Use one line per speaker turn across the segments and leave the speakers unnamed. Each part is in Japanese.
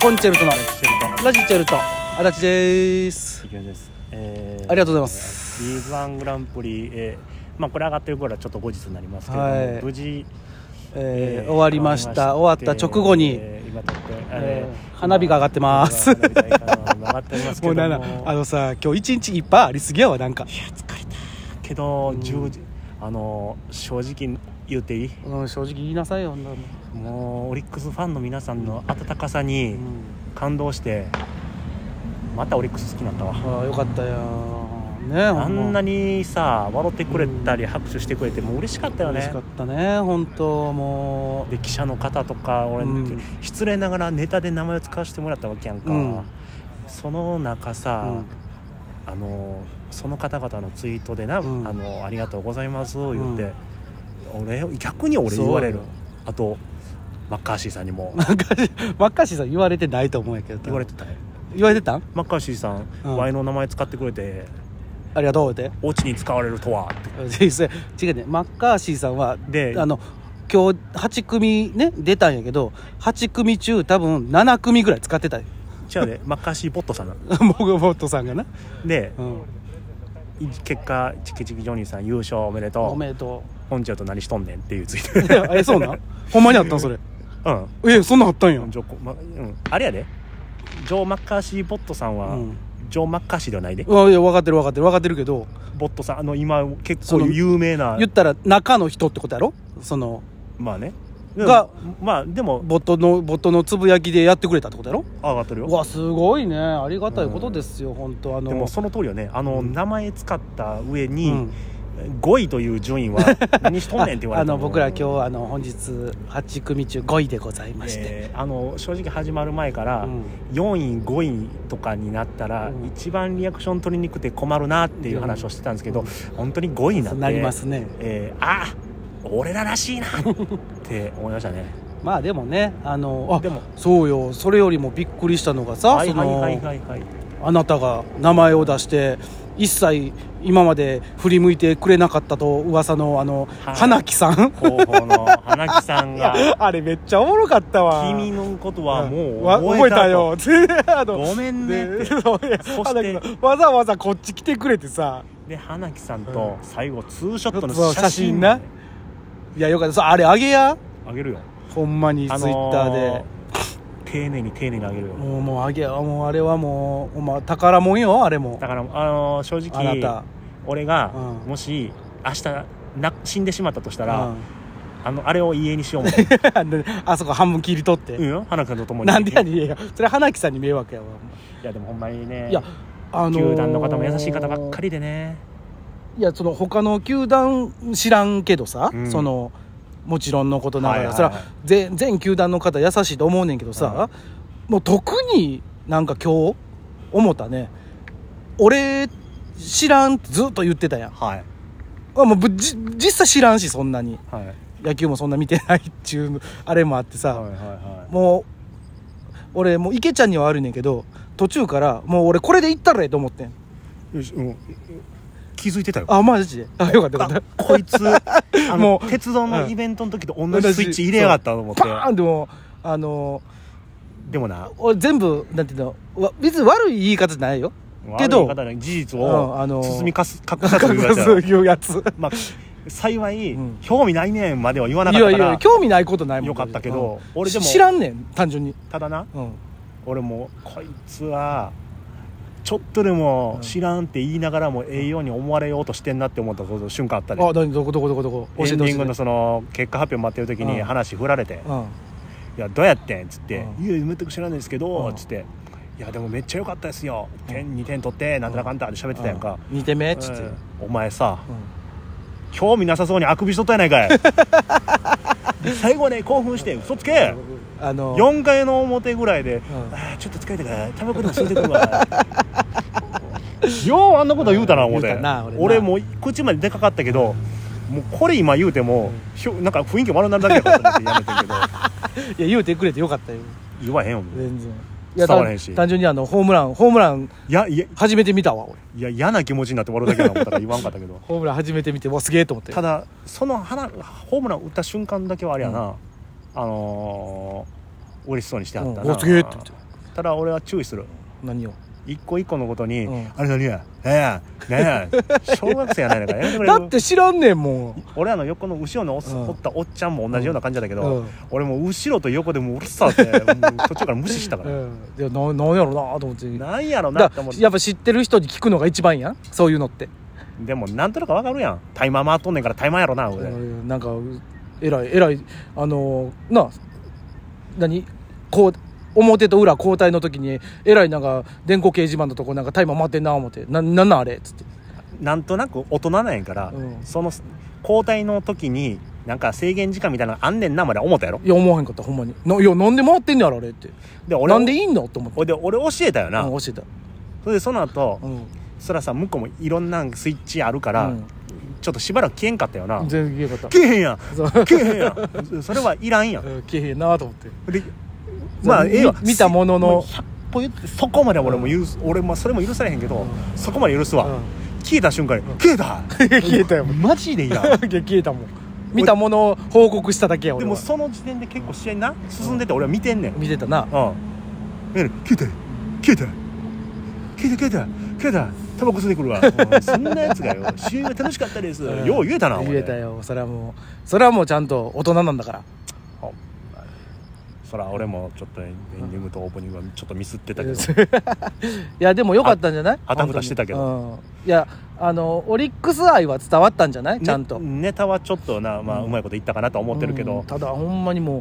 コンチェルトのラジチェルト足立です
池田です、えー
ありがとうございます
リーグワングランプリ、えーまあ、これ上がってる頃はちょっと後日になりますけれども、
はい
無事、
えー終わりました終わった直後に、
えー今撮って、
え
え
ー花火が上がってます
花火が上がってますけ
も
ど
う
も
ななあのさ今日一日いっぱいありすぎやわなんか
けど10時あの正直言うていい
うん正直言いなさいよ、
もうオリックスファンの皆さんの温かさに感動してまたオリックス好きになったわ
ああよかったよね
あんな
に
にさ笑ってくれたり拍手してくれてもう嬉しかったよね
嬉しかったね本当もう
で記者の方とか俺、
うん
失礼ながらネタで名前を使わせてもらったわけやんか、
うん
その中さ、あのその方々のツイートでな「
うん
あのありがとうございます」言って、俺逆に
そ
俺
うよ
言われるあとマッカーシーさんにも
マッ カーシーマッカーシーさん言われてないと思うんやけど
言われてたね
言われてたん
マッカーシーさん「
うん
ワイの名前使ってくれて
ありがとうって
オチに使われるとは」って
実際違うねマッカーシーさんは
で
あの今日8組ね出たんやけど8組中多分7組ぐらい使ってたよ
じゃあねマッカーシーポットさんな
モグボットさんがな、
で
うん、
結果チキチキジョニーさん優勝おめで
お
とう
めでと
本庁と何しとんねんっていうツイー
う えそうなんほんまにあった んそれ
ト うん
えそんなんあったんや
ジョコ、まうん、あれやでジョー・マッカーシー・ボットさんは、
うん
ジョー・マッカーシーではないで
うわいや分かってる分かってる分かってるけど
ボットさんあの今結
そ
構
の
有名な
言ったら中の人ってことやろその
まあね
が
でもまあでも
ボットのボットのつぶやきでやってくれたってことやろ
上がってる
う
よ
わすごいねありがたいことですよ、本当あの
でもその通りよねあの、
うん
名前使った上
う
に、
ん
5位という順位は何しとんねんって言わ
あ
れ
あ
た
の僕ら今日はあの本日8組中5位でございまして、
えーあの正直始まる前から、
うん
4位5位とかになったら、
うん
一番リアクション取りにくくて困るなっていう話をしてたんですけど、
うん
本当に5位になっ
そう
て
なりますね
えー、あ俺ららしいなって思いました ね
まあでもねあの
でも
あそうよそれよりもびっくりしたのがさ、
はい
そ
はい
の
はいはいはい
あなたが名前を出して一切今まで振り向いてくれなかったと噂のあの、
はい
花木さん
広報の花木さんが
あれめっちゃおもろかったわ
君のことはもう
わ
覚えたと
よ あの
ごめんね
で
って
そういや
そして
花木さんわざわざこっち来てくれてさ
で花木さん
うん
と最後ツーショットの
そう
写
写
真
真な「いやよかったそうあれあげや
あげるよ
ほんまにツイ
あの
ッターで、
丁寧に丁寧にあげるよ
もうもうあげやもうあれはもうお前宝物よあれも
だからあの正
あなた
直俺が
うん
もし明日な死んでしまったとした
う
ら
ん
あのあれを家に しようもん
あのあそこ半分切り取って、
うん花木さんと共に
なんでやねんいやいやそれ花木さんに迷惑やわ、
いやでもほんまにね
いやあのー
球団の方も優しい方ばっかりでね
いやその他の球団知らんけどさ、
うん
そのもちろんのことながら、
はいはいはい
そら全全球団の方優しいと思うねんけどさ、
は
もう特になんか今日思ったね俺知らんってずっと言ってたやん
はい
あもうぶじ実際知らんしそんなに
はいはい
野球もそんな見てないっちゅうあれもあってさ、
はいはい
もう俺もう池ちゃんには悪いねんけど途中からもう俺これで行ったらええと思ってん
よしうん気づいてたよ
あマジであよかったよかっ
あ
た
こいつあの
もう
鉄道のイベントの時と同じスイッチ入れやがったと思って
パーンでもあの
でもな
俺全部なんていうのわ別に悪い言い方じゃないよけど
悪い方に事実
う
を
んあのー
包みかす隠さず
そう
言われたら
いうやつ
まあ幸い
うん
興味ないねんまでは言わないかっ
や
た
い
から
や興味ないことないもん
よかったけど
うん
俺でも
知らんねん単純に
ただな
うん
俺もこいつはちょっとでも知らんって言いながらもええように思われようとしてんなって思った瞬間あったで
あ何どこどこどこどこ
エ
教えて
ン
ほ
ディ
しい
ン
ね
グのその結果発表待ってる時に
うん
話振られて
うん
「いやどうやってん?」っつって「
うん
いや全く知らないですけど」
うん
っつって「いやでもめっちゃ良かったですよ点2点取ってなんだかんだ」って喋ってたやんか
う二手目
え
っつって
お前さ
うん
興味なさそうにあくびしとったやない かいで最後はね興奮して嘘つけ
あの
4回の表ぐらいで、
ん
あーちょっと疲れたからタバコでも吸いてくる わようあんなこと言うたな思うて
言うたな俺な
俺もう口まででかかったけどもうこれ今言うても、ひょなんか雰囲気悪なるだけやからってやめてるけど
いや言うてくれてよかったよ
言わへんよもう
全然
伝わらへんし
単単純にあのホームランホームラン
いやいや
初めて見たわ俺
いや嫌な気持ちになって終わるだけやな思ったから言わんかった けど
ホームラン初めて見てわすげえと思って
ただその花ホームラン打った瞬間だけはあれやな、あのー嬉しそうにしてあったな、
うんおすげえって言って
ただ俺は注意する
何を
一個一個のことに、
うん
あれ何や何や何や小学生やない のかやめてくれ
だ
る
って知らんねんも
俺あの横の後ろのおっさん
うん
おったおっちゃんも同じような感じだけ
う、
ど、
うん
俺もう後ろと横でもううるさ ってもう途中から無視したか
う
ら、
ん、いやななんやろなと思って
なんやろな
だ
って思って
やっぱ知ってる人に聞くのが一番やんそういうのって、
でもなんとなくわかるやんタイマー回っとんねんからタイマーやろな俺、
うんなんかえらいえらいあのーな何こう表と裏交代の時にえらいなんか電光掲示板のとこなんかタイマー待ってんな思ってななんなんあれっつって
なんとなく大人なんやから、
うん
その交代の時になんか制限時間みたいなのあんねんなまで思ったやろ
いや思わへんかったほんまにないやなんで回ってんねやろあれって
で俺
なんでいいんのと思って
俺で俺教えたよな、
うん、教えた、
それでその後、
うん、
そらさ向こうもいろんなスイッチあるから、
うん
ちょっとしばらく消えんかったよな、
全然消えなかった
消えへんやん
そう
消えへんや んそれはいらんやん
うん消えへんなと思って
でまあ
み
ええわ
見たものの
もう100歩言ってそこまで俺も許す、俺もそれも許されへんけど、
うん
そこまで許すわ、
うん
消えた瞬間に、消え た
消えたよもう
マジでいいな
いや消えたもん見たものを報告しただけや
で
俺は
もその時点で結構試合な進んでて俺は見てんねん、
見てたな
ああえ消えた消えた消えた消えた消えたタバコ吸ってくるわうんそんなやつがよ 試合が楽しかったです
うん
よう言えたなお前
言えたよそれはもうそれはもうちゃんと大人なんだから
そら俺もちょっとエンディングとオープニングはちょっとミスってたけど
いやでもよかったんじゃない
ああたふたしてたけど
本当にうんいやあのオリックス愛は伝わったんじゃないちゃんと、
ねネタはちょっとな、まあ、
うん
うまいこと言ったかなとは思ってるけど、
うんただほんまにも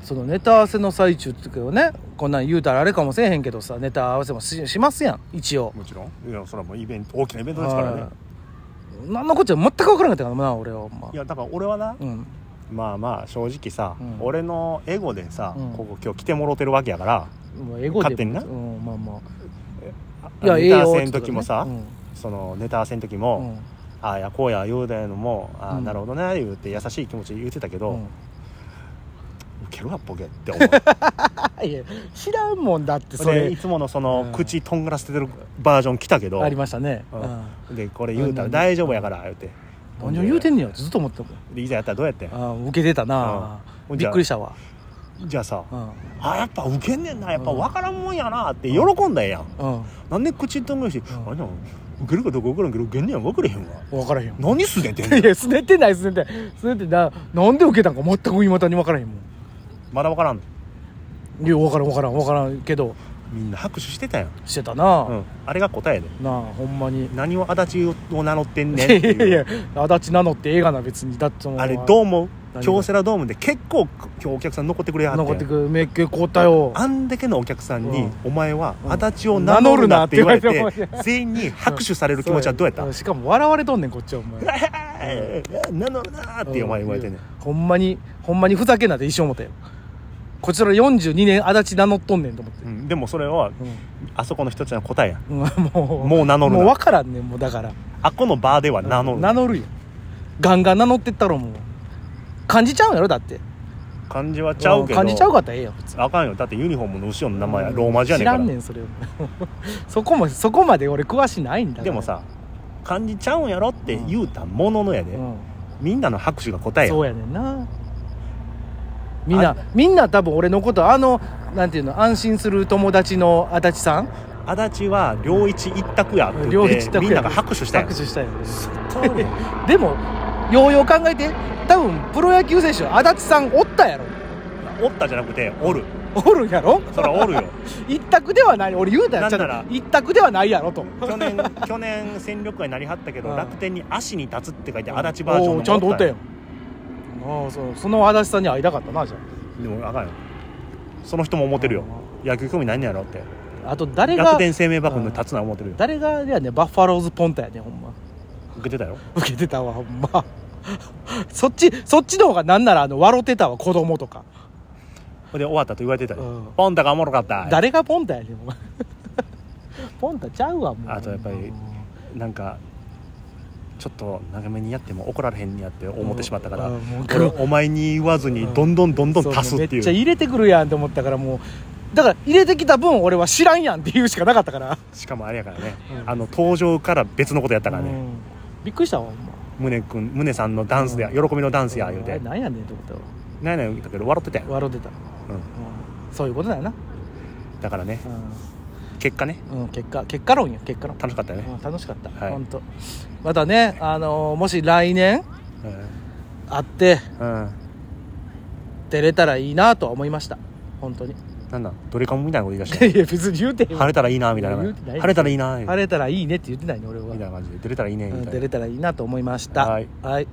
うそのネタ合わせの最中っていうけどねこんなん言うたらあれかもせえへんけどさネタ合わせもししますやん一応
もちろんいやそれはもうイベント大きなイベントですからね
はい何のこっちゃ全く分からなかったからな俺はほんま
いやだから俺はな、
うん
まあまあ正直さ、
うん
俺のエゴでさ、
うん
ここ今日来てもろてるわけやから
もうエゴで
勝手にな
うんまあまあ
あネタ合わせの
ええよって
時もさ、
うん
そのネタ合わせの時
う
も、
ん
ああやこうや言うだやのもああ、
うん
なるほどね言うて優しい気持ちで言うてたけど、
うん
ウケるわボケって 思う
いや知らんもんだってそ
で
れ
いつものそ
うん
の口とんがらせてるバージョン来たけど、
ありましたね、う
うんんでこれ言うたら大丈夫やから言うて
何を言うてん
ね
ねやずっと思ってたもん
でいざやったらどうやってん
あー受けてたな、
うん
びっくりしたわ、
じゃあさ、
うん
あやっぱウケんねんなやっぱ
うん
分からんもんやなって喜んだんやん、
うん、
なんで口とんがらして、
ん
あれなんウケるかどうか分からんけどウケんねやん分かれへんわ
分からへんよ
何すねてん
い
ねん
やすねてないすねてないすねてななんで受けたんか全くいまだに分からへんもん
まだ分からん
いや分からん分からん分からんけど
みんな拍手してたやん、
してたな、
うん、あれが答えで
なあほんまに
何を足立を名乗ってん
い
ねんっ
や
て
いや
い
いうや足立なのって映画な別にだってその
あれどう思う
何が
京セラドームで結構今日お客さん残ってくれはって
残ってくるめっけ凍ったよ
あんだけのお客さんに、
うん
お前は
うん
足立を名乗るなって言われ
名乗るなって言
て
わ れ、
全員に拍手される気持ちはどうやった、
んしかも笑われとんねんこっちはお前
えー 名乗るなーってお前言われてんねん、
ほんまにほんまにふざけんなって一生思ったよこちら42年足立名乗っとんねんと思って
うんでもそれは
う
あそこの人たちの答えや
ん、うん、もう
もう名乗るな
もう分からんねんもうだから
あっこのバーでは名乗る
名乗るよガンガン名乗ってったらもう感じちゃうんやろだって
感じはちゃうけど
感じちゃうかったらええやん別に
あかんよだってユニフォームの後ろの名前はローマ字やねんか
知らんね
ら
んそれ そこもそこまで俺詳しないんだから
でもさ感じちゃうんやろって言うたもののやで、
うん
みんなの拍手が答えや
そうやねんなみんなみんな多分俺のことあのなんていうの安心する友達の足立さん
足立は両一一択やって言
両
って
一択や
みんなが拍手したやん
拍手したよね
そうね
でもようよう考えて多分プロ野球選手足立さんおったやろ
おったじゃなくておる
おるやろ
そらおるよ
一択ではない俺言うたやん
なんなら
ちゃんと一択ではないやろと
去年去年戦力外になりはったけど
うん
楽天に足に立つって書いて足立バージョン
お
も
ーちゃんとおった
や
やんああそうその足立さんに会いたかったなじゃ
んでもあかんよその人も思ってるよ野球興味ないんやろって
ああと誰
楽
が
天生命バックに立つのは思ってるよ
誰がやねバッファローズポンタやねほんま
受けてたよ
受けてたわほんま そっちそっちの方がなんならあの笑ってたわ子供とか
ほんで終わったと言われてたよ、
うん
ポンタがおもろかった
誰がポンタやねんお前 ポンタちゃうわもう
あとやっぱりなんかちょっと長めにやっても怒られへんにやって思ってしまったから、
うんうんもう
俺お前に言わずにどんどんどんどん足すってい
そめっちゃ
う
入れてくるやんって思ったからもうだから入れてきた分俺は知らんやんって言うしかなかったから
しかもあれやからね、
うん
あの登場から別のことやった
だ
からね
びっくりしたわほんま
宗くん宗さんのダンスで、
うん
喜びのダンスや言う
あれ
て
なんやねんって思ったわ
何や言うたけど笑ってたよ、
笑ってた、
うん
うんそういうことだよな
だからね
う
結果ね
ん、うん、結果結果論よ結果論、
楽しかったよね、
うん、楽しかった、
はい
本当またね、あのーもし来年会って
うん、うん、
出れたらいいなとは思いました本当にい
なんだドリカムみたいなこと言い出し
や別に言うてへ
た
ん
晴
わ
れたらいいなみたいな
言うてない
晴れたらいいなみた
晴れたらいいねって言ってないの俺はい
な感じで出れたらいいねみ
う
たい
ん
な
出れたらいいなと思いました
はい
はい